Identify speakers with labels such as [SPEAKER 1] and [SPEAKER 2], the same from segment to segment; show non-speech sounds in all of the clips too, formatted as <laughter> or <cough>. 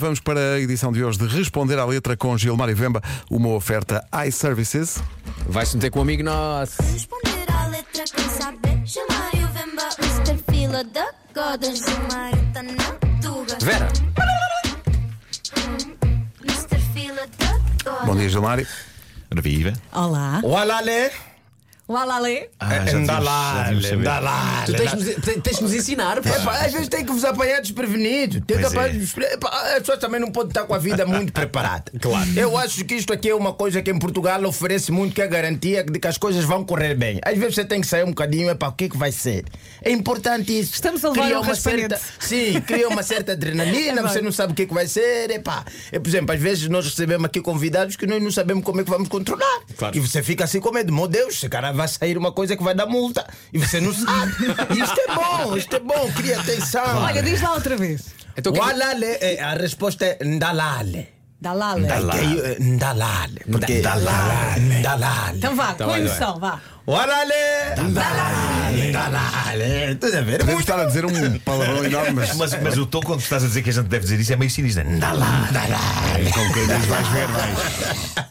[SPEAKER 1] Vamos para a edição de hoje de Responder à Letra com Gilmar e Vemba, uma oferta iServices.
[SPEAKER 2] Vai-se meter com um amigo nosso.
[SPEAKER 3] Responder à letra quem sabe é chamar e o Vemba O perfila da Goda Gilmar está na Tuga
[SPEAKER 2] Vera,
[SPEAKER 3] Mr. Fila da Goda
[SPEAKER 1] Bom dia, Gilmar.
[SPEAKER 4] Viva.
[SPEAKER 5] Olá.
[SPEAKER 6] Olale,
[SPEAKER 5] Olá, Lê.
[SPEAKER 4] Ah, já devíamos- já devíamos
[SPEAKER 6] andalale,
[SPEAKER 4] saber.
[SPEAKER 2] tu
[SPEAKER 6] andalale.
[SPEAKER 2] tens-nos tens desensinar, pá.
[SPEAKER 6] Epá, às vezes tem que vos apanhar desprevenido. Tem que
[SPEAKER 4] Pois é.
[SPEAKER 6] apanhar despre- epá, As pessoas também não podem estar com a vida muito
[SPEAKER 4] <laughs>
[SPEAKER 6] preparada. Claro. Eu acho que isto aqui é uma coisa que em Portugal oferece muito, que é a garantia de que as coisas vão correr bem. Às vezes você tem que sair um bocadinho, é para o que, que vai ser. É importante isso.
[SPEAKER 5] Estamos a levar
[SPEAKER 6] Cria
[SPEAKER 5] ao
[SPEAKER 6] uma
[SPEAKER 5] raspanete.
[SPEAKER 6] certa, Sim, cria uma certa
[SPEAKER 5] <laughs> É
[SPEAKER 6] adrenalina, você não sabe o que, que vai ser. Epá. É, por exemplo, às vezes nós recebemos aqui convidados que nós não sabemos como é que vamos controlar.
[SPEAKER 4] Claro.
[SPEAKER 6] E você fica assim com medo, meu Deus, esse cara vai sair uma coisa que vai dar multa. E você não sabe. isto é bom, isto é bom, cria atenção.
[SPEAKER 5] Olha, diz lá outra vez.
[SPEAKER 2] Então, o que é que-
[SPEAKER 6] Walale, é, a resposta é ndalale.
[SPEAKER 5] Dá lá, Lê.
[SPEAKER 6] Que aí, é, Ndalale. Porque
[SPEAKER 4] Ndalale.
[SPEAKER 6] Ndalale.
[SPEAKER 5] Então vá,
[SPEAKER 2] Tá
[SPEAKER 5] com
[SPEAKER 2] bem,
[SPEAKER 5] emoção, vá.
[SPEAKER 6] Walale. Ndalale. Ndalale. Estás a ver?
[SPEAKER 1] Podemos estar a dizer um palavrão enorme, mas
[SPEAKER 4] Mas, mas o tom quando estás a dizer que a gente deve dizer isso é meio sinistro. né? Ndalá, ndalá.
[SPEAKER 1] com quem diz vais ver, vais.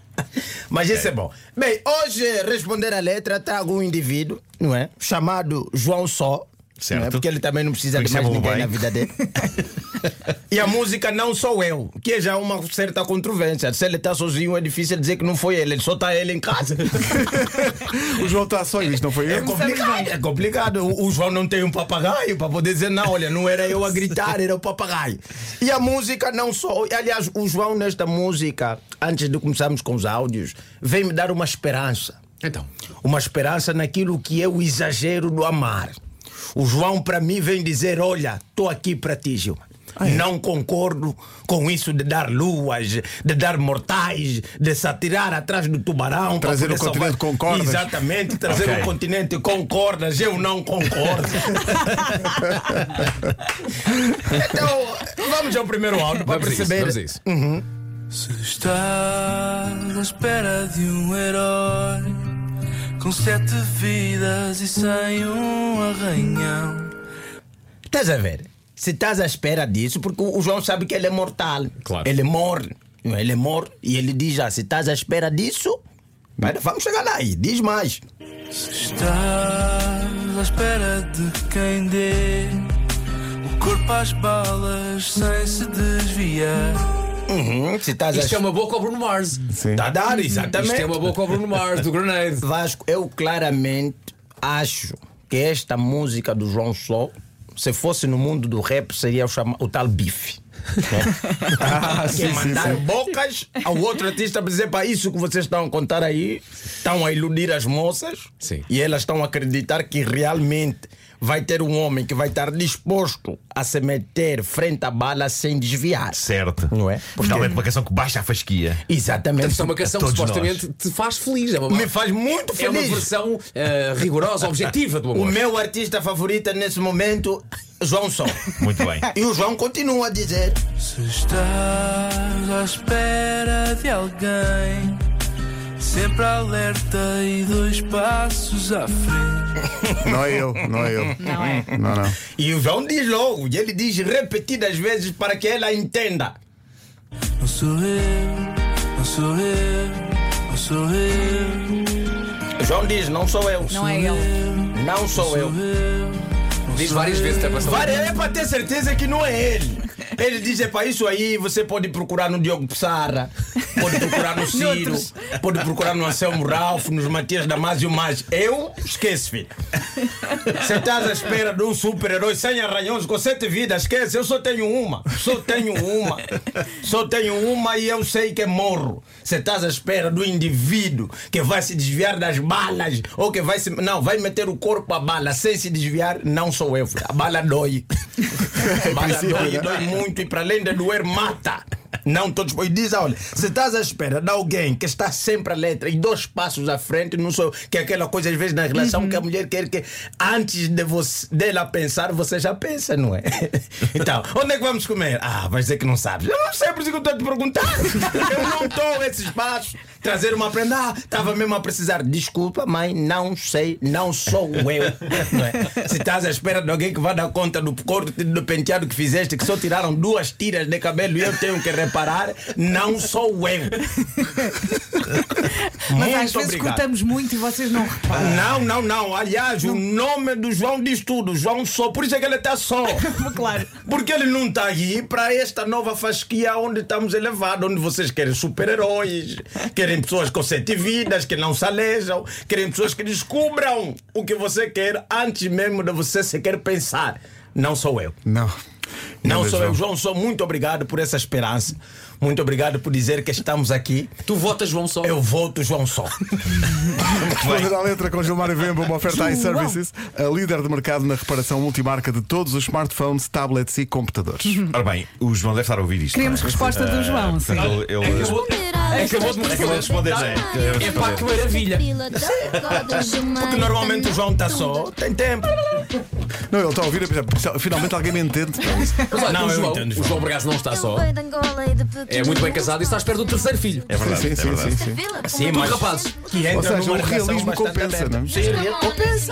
[SPEAKER 6] Mas isso é bom. Bem, hoje responder a letra trago um indivíduo, não é? Chamado João Só.
[SPEAKER 4] Certo.
[SPEAKER 6] não é? Porque ele também não precisa de mais
[SPEAKER 4] Conhecemos-o
[SPEAKER 6] ninguém
[SPEAKER 4] bem.
[SPEAKER 6] na vida dele. e a música Não Sou Eu, que é já uma certa controvérsia. Se ele está sozinho, é difícil dizer que não foi ele, só está ele em casa.
[SPEAKER 1] O João está só isto, não foi
[SPEAKER 6] É
[SPEAKER 1] eu?
[SPEAKER 6] complicado, é complicado. O, o João não tem um papagaio para poder dizer, não, olha, não era eu a gritar, era o papagaio. E a música não só. Aliás, o João, nesta música, antes de começarmos com os áudios, vem me dar uma esperança.
[SPEAKER 2] Então,
[SPEAKER 6] Uma esperança naquilo que é o exagero do amar. O João, para mim, vem dizer: olha, estou aqui para ti, Gilma.
[SPEAKER 1] Ah, é?
[SPEAKER 6] Não concordo com isso de dar luas, de dar mortais, de se atirar atrás do tubarão. pra
[SPEAKER 1] Trazer
[SPEAKER 6] poder
[SPEAKER 1] o continente
[SPEAKER 6] salvar."
[SPEAKER 1] com cordas.
[SPEAKER 6] Exatamente, trazer
[SPEAKER 4] Ok.
[SPEAKER 6] o continente com cordas. Eu
[SPEAKER 1] <laughs>
[SPEAKER 6] não concordo. então, vamos ao primeiro áudio para
[SPEAKER 2] vamos a isso,
[SPEAKER 6] perceber.
[SPEAKER 2] vamos a isso.
[SPEAKER 7] Se estás à espera de um herói com sete vidas e sem um arranhão.
[SPEAKER 6] Estás a ver? Se estás à espera disso, porque o o João sabe que ele é mortal.
[SPEAKER 2] Claro.
[SPEAKER 6] Ele morre. não é? Ele morre. E ele diz já: se estás à espera disso,
[SPEAKER 2] Hum.
[SPEAKER 6] vai- vamos chegar lá aí. Diz mais.
[SPEAKER 7] Estás à espera de quem dê o corpo às balas sem se desviar.
[SPEAKER 6] Hum, se estás à
[SPEAKER 2] Isto é
[SPEAKER 6] espera.
[SPEAKER 2] uma boca ao Bruno Mars.
[SPEAKER 6] Está a dar,
[SPEAKER 2] Isto
[SPEAKER 6] exatamente.
[SPEAKER 2] é uma boca ao Bruno Mars, do Grenade.
[SPEAKER 6] Vasco, eu claramente acho que esta música do João Sol, se fosse no mundo do rap, seria o, chama- o tal bife. né?
[SPEAKER 2] <laughs>
[SPEAKER 1] Ah,
[SPEAKER 6] Que mandaram bocas ao outro artista para dizer para isso que vocês estão a contar aí, estão a iludir as moças
[SPEAKER 2] Sim.
[SPEAKER 6] e elas estão a acreditar que realmente vai ter um homem que vai estar disposto a se meter frente à bala sem desviar.
[SPEAKER 4] Certo.
[SPEAKER 6] Não é?
[SPEAKER 4] Finalmente uma canção que baixa a fasquia.
[SPEAKER 6] Exatamente.
[SPEAKER 2] Isto é uma canção que
[SPEAKER 4] Todos
[SPEAKER 2] supostamente te faz feliz. É uma,
[SPEAKER 6] Me faz muito
[SPEAKER 2] é uma
[SPEAKER 6] feliz.
[SPEAKER 2] versão eh, rigorosa, objetiva do
[SPEAKER 6] o
[SPEAKER 2] amor.
[SPEAKER 6] meu artista favorito é, nesse momento, João Sol.
[SPEAKER 4] Muito bem.
[SPEAKER 6] e o João continua a dizer.
[SPEAKER 7] <laughs> Se estás à espera de alguém, sempre alerta e dois passos à frente.
[SPEAKER 1] Não é eu, não é eu.
[SPEAKER 5] Não é?
[SPEAKER 1] Não, não.
[SPEAKER 6] E o João diz logo, e ele diz repetidas vezes para que ela entenda.
[SPEAKER 7] Não sou eu, não sou eu, não sou eu,
[SPEAKER 6] O João diz, não sou eu.
[SPEAKER 5] Não é ele.
[SPEAKER 6] Não sou eu.
[SPEAKER 2] Diz várias vezes até passou.
[SPEAKER 6] Vale, é para ter certeza que não é ele. Ele diz: é para isso aí, você pode procurar no Diogo Pissarra, pode procurar
[SPEAKER 5] <laughs>
[SPEAKER 6] no Ciro,
[SPEAKER 5] Noutros.
[SPEAKER 6] pode procurar no Anselmo Ralph, nos Matias Damasio, mas eu esquece, filho. Você estás à espera de um super-herói sem arranhões, com sete vidas, esquece, eu só tenho uma, só tenho uma, só tenho uma e eu sei que morro. Você estás à espera do indivíduo que vai se desviar das balas, ou que vai se. Não, vai meter o corpo à bala sem se desviar, não sou eu, filho. a bala dói. A bala dói, dói muito e para além de doer, mata. Não todos. E diz, olha, se estás à espera de alguém que está sempre à letra e dois passos à frente, não sou. Que é aquela coisa, às vezes, na relação que a mulher quer que antes de você, dela pensar, você já pensa, não é? <laughs> Então, onde é que <laughs> vamos comer? Ah, vais dizer que não sabes. Eu não sei, por isso que eu estou a te perguntar. Eu não estou esses passos. trazer uma prenda. Ah, estava mesmo a precisar. Desculpa, mãe, não sei, não sou eu. Não é? Se estás à espera de alguém que vá dar conta do corte do penteado que fizeste, que só tiraram duas tiras de cabelo e eu tenho que reparar, não sou
[SPEAKER 5] <laughs>
[SPEAKER 6] eu.
[SPEAKER 5] Mas
[SPEAKER 6] Muito
[SPEAKER 5] às vezes
[SPEAKER 6] obrigado.
[SPEAKER 5] cortamos muito e vocês não reparam.
[SPEAKER 6] Não, não, não. Aliás, o nome do João diz tudo. João só. Por isso é que ele está só.
[SPEAKER 5] Claro.
[SPEAKER 6] Porque ele não está aqui para esta nova fasquia onde estamos elevados, onde vocês querem super-heróis, querem pessoas com sete vidas, que não se alejam, querem pessoas que descubram o que você quer antes mesmo de você sequer pensar. Não sou eu.
[SPEAKER 1] Não. é
[SPEAKER 6] Não
[SPEAKER 1] Grande
[SPEAKER 6] sou eu, João. Sou muito obrigado por essa esperança. Muito obrigado por dizer que estamos aqui.
[SPEAKER 2] Tu votas João Sol.
[SPEAKER 6] Eu volto, João Só.
[SPEAKER 1] Responder à letra com Gilmar Vemba, uma oferta iServices, a líder de mercado na reparação multimarca de todos os smartphones, tablets e computadores.
[SPEAKER 4] Ora bem, o João deve estar a ouvir isto.
[SPEAKER 5] Queremos
[SPEAKER 4] não é?
[SPEAKER 5] resposta do
[SPEAKER 4] Ah,
[SPEAKER 5] João, assim. sim.
[SPEAKER 4] portanto, ele- ele-
[SPEAKER 2] Acabou de me
[SPEAKER 4] Acabou de responder, não é? Acabou de
[SPEAKER 2] É pá, que
[SPEAKER 4] responder.
[SPEAKER 2] maravilha.
[SPEAKER 6] Porque normalmente o João
[SPEAKER 2] tá
[SPEAKER 6] está só. Tem tempo.
[SPEAKER 1] Não, ele está a ouvir, a pensar, finalmente alguém me entende.
[SPEAKER 2] Mas olha,
[SPEAKER 6] Não,
[SPEAKER 2] o
[SPEAKER 6] eu
[SPEAKER 2] João,
[SPEAKER 6] entendo,
[SPEAKER 2] o João Bregaço não está só. É muito bem casado e está à espera do terceiro Assim, filho.
[SPEAKER 4] É verdade,
[SPEAKER 1] Sim, sim,
[SPEAKER 4] é verdade.
[SPEAKER 1] sim, sim.
[SPEAKER 2] Sim, mas- rapazes,
[SPEAKER 6] que
[SPEAKER 1] Ou
[SPEAKER 6] entra
[SPEAKER 1] seja,
[SPEAKER 6] Então, numa
[SPEAKER 1] o
[SPEAKER 6] relação
[SPEAKER 1] realismo
[SPEAKER 6] bastante
[SPEAKER 1] compensa,
[SPEAKER 6] aberta.
[SPEAKER 1] não é?
[SPEAKER 6] Sim,
[SPEAKER 3] Compensa,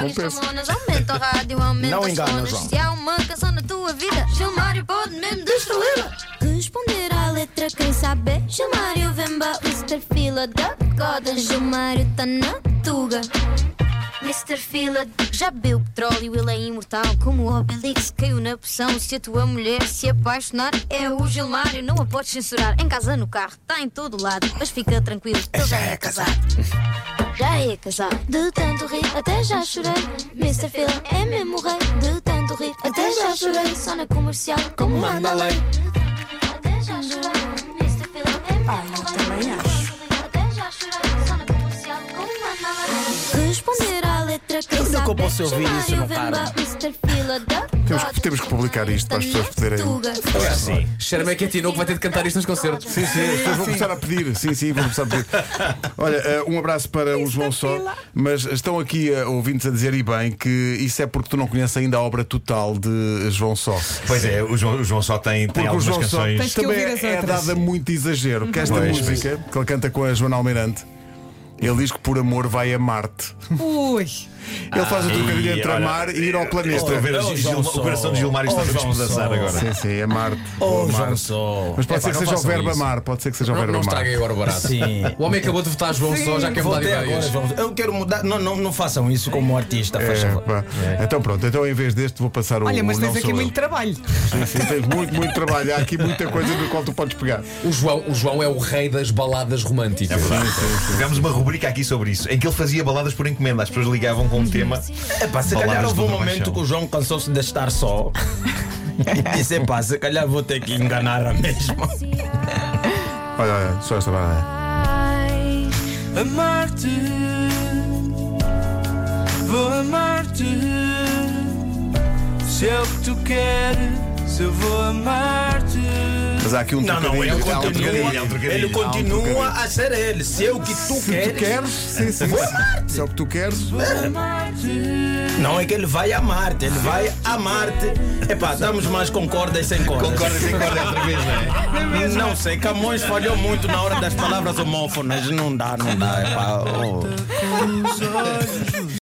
[SPEAKER 1] Compensa.
[SPEAKER 3] compensa. Aumenta o rádio, aumenta
[SPEAKER 6] Não
[SPEAKER 3] as
[SPEAKER 6] engana,
[SPEAKER 3] zonas.
[SPEAKER 6] João.
[SPEAKER 3] Se há uma canção na tua vida, Gilmário pode mesmo destruir. Responder à letra, quem sabe? Gilmário Vemba, Mr. Fila da Goda. Gilmário tá na tuga. Mr. Fila já bebeu petróleo, ele é imortal. Como o Obelix caiu na poção. Se a tua mulher se apaixonar, é o Gilmário. Não a podes censurar. Em casa, no carro, tá em todo lado. Mas fica tranquilo, ele já é casado. Já é casado. De tanto rir, até já chorei. Mr. Phil é mesmo rei. De tanto rir, até já chorei. Só na comercial, como manda a lei. Até já chorei. Mr. Phil é
[SPEAKER 6] Ah,
[SPEAKER 3] mesmo rei. também acho. Responder à letra
[SPEAKER 6] Onde
[SPEAKER 3] que
[SPEAKER 6] é que eu
[SPEAKER 3] sabe,
[SPEAKER 6] posso ouvir
[SPEAKER 3] chamar
[SPEAKER 6] isso no
[SPEAKER 3] o Vemba,
[SPEAKER 6] carro?
[SPEAKER 3] Mr. Phil, da
[SPEAKER 1] Temos que- temos que publicar isto para as pessoas poderem-
[SPEAKER 3] Tuga.
[SPEAKER 4] Sim.
[SPEAKER 2] Cheira-me a Quintino é que vai ter de cantar isto nos concertos.
[SPEAKER 1] Sim, sim, as
[SPEAKER 5] assim.
[SPEAKER 1] pessoas vão começar a pedir. Sim, sim, vão começar a pedir. Olha, eh, um abraço para o João Só, mas estão aqui eh, ouvintes a dizer e bem que isso é porque tu não conheces ainda a obra total de João Só.
[SPEAKER 4] Pois é, o João, o João só tem, tem
[SPEAKER 1] Porque o
[SPEAKER 4] algumas
[SPEAKER 1] João Só
[SPEAKER 4] canções.
[SPEAKER 5] Tens que
[SPEAKER 1] também
[SPEAKER 5] ouvir as
[SPEAKER 1] é
[SPEAKER 5] outras.
[SPEAKER 1] dada muito exagero, que esta
[SPEAKER 4] Pois,
[SPEAKER 1] música que ele canta com a Joana Almeirante. Ele diz que por amor vai a Marte.
[SPEAKER 5] Ui.
[SPEAKER 1] Ele faz o trocadilho
[SPEAKER 4] Ih,
[SPEAKER 1] entre
[SPEAKER 4] olha,
[SPEAKER 1] amar e ir ao
[SPEAKER 4] Estou a
[SPEAKER 1] planeta.
[SPEAKER 4] ver
[SPEAKER 6] Oh,
[SPEAKER 4] o,
[SPEAKER 6] João
[SPEAKER 4] Gil- o coração de
[SPEAKER 6] Só.
[SPEAKER 4] Gilmar está
[SPEAKER 6] Oh,
[SPEAKER 4] a
[SPEAKER 6] João
[SPEAKER 4] despedaçar
[SPEAKER 6] Só.
[SPEAKER 4] agora.
[SPEAKER 1] Sim, sim, é Marte.
[SPEAKER 6] Oh,
[SPEAKER 1] Ou a
[SPEAKER 6] João
[SPEAKER 1] Marte.
[SPEAKER 6] Só.
[SPEAKER 1] Mas pode ser
[SPEAKER 6] Epá,
[SPEAKER 1] que
[SPEAKER 6] não
[SPEAKER 1] seja o
[SPEAKER 6] façam
[SPEAKER 1] verbo
[SPEAKER 6] isso.
[SPEAKER 1] amar, pode ser que seja o
[SPEAKER 2] Não,
[SPEAKER 1] verbo
[SPEAKER 2] não
[SPEAKER 1] amar.
[SPEAKER 2] estraguem agora o barato.
[SPEAKER 6] Sim.
[SPEAKER 2] O homem acabou de votar João Só, já quer
[SPEAKER 6] Vou
[SPEAKER 2] votar em
[SPEAKER 6] até agora,
[SPEAKER 2] várias.
[SPEAKER 6] João. Eu quero mudar. Não, não, não façam isso como artista, faz
[SPEAKER 1] É,
[SPEAKER 6] favor.
[SPEAKER 1] pá. Então pronto, então em vez deste vou passar o
[SPEAKER 5] Olha, mas
[SPEAKER 1] o não
[SPEAKER 5] tens aqui
[SPEAKER 1] sou eu.
[SPEAKER 5] muito trabalho.
[SPEAKER 1] Sim, sim, tens muito, muito trabalho. Há aqui muita coisa do qual tu podes pegar.
[SPEAKER 2] O João, o João é o rei das baladas românticas.
[SPEAKER 6] É
[SPEAKER 4] Tivemos uma rubrica aqui sobre isso, em que ele fazia baladas por encomenda. As pessoas ligavam com um tema.
[SPEAKER 6] Epá, se calhar
[SPEAKER 4] Palavras
[SPEAKER 6] houve um
[SPEAKER 4] de
[SPEAKER 6] momento
[SPEAKER 4] paixão.
[SPEAKER 6] que o João cansou-se de estar <laughs> só. E disse, epá, se calhar vou ter que enganar a mesma.
[SPEAKER 1] Olha, olha, só esta barra.
[SPEAKER 7] Amar-te, vou amar-te. Se é o que tu queres, eu vou amar-te.
[SPEAKER 1] Mas há aqui um
[SPEAKER 6] Não, não,
[SPEAKER 1] trocadilho.
[SPEAKER 6] ele
[SPEAKER 1] Há um
[SPEAKER 6] continua.
[SPEAKER 1] trocadilho.
[SPEAKER 4] é um trocadilho.
[SPEAKER 6] Ele continua a ser ele. Se é o que tu
[SPEAKER 1] Se tu
[SPEAKER 6] queres.
[SPEAKER 1] queres, sim, sim. Se é o que tu queres,
[SPEAKER 6] Não é que ele vai amar-te, ele vai amar-te. Epá, estamos mais com cordas sem cordas.
[SPEAKER 4] Concordas em corda outra vez, não é?
[SPEAKER 6] Não sei, Camões falhou muito na hora das palavras homófonas. Não dá, não dá. Epá, oh.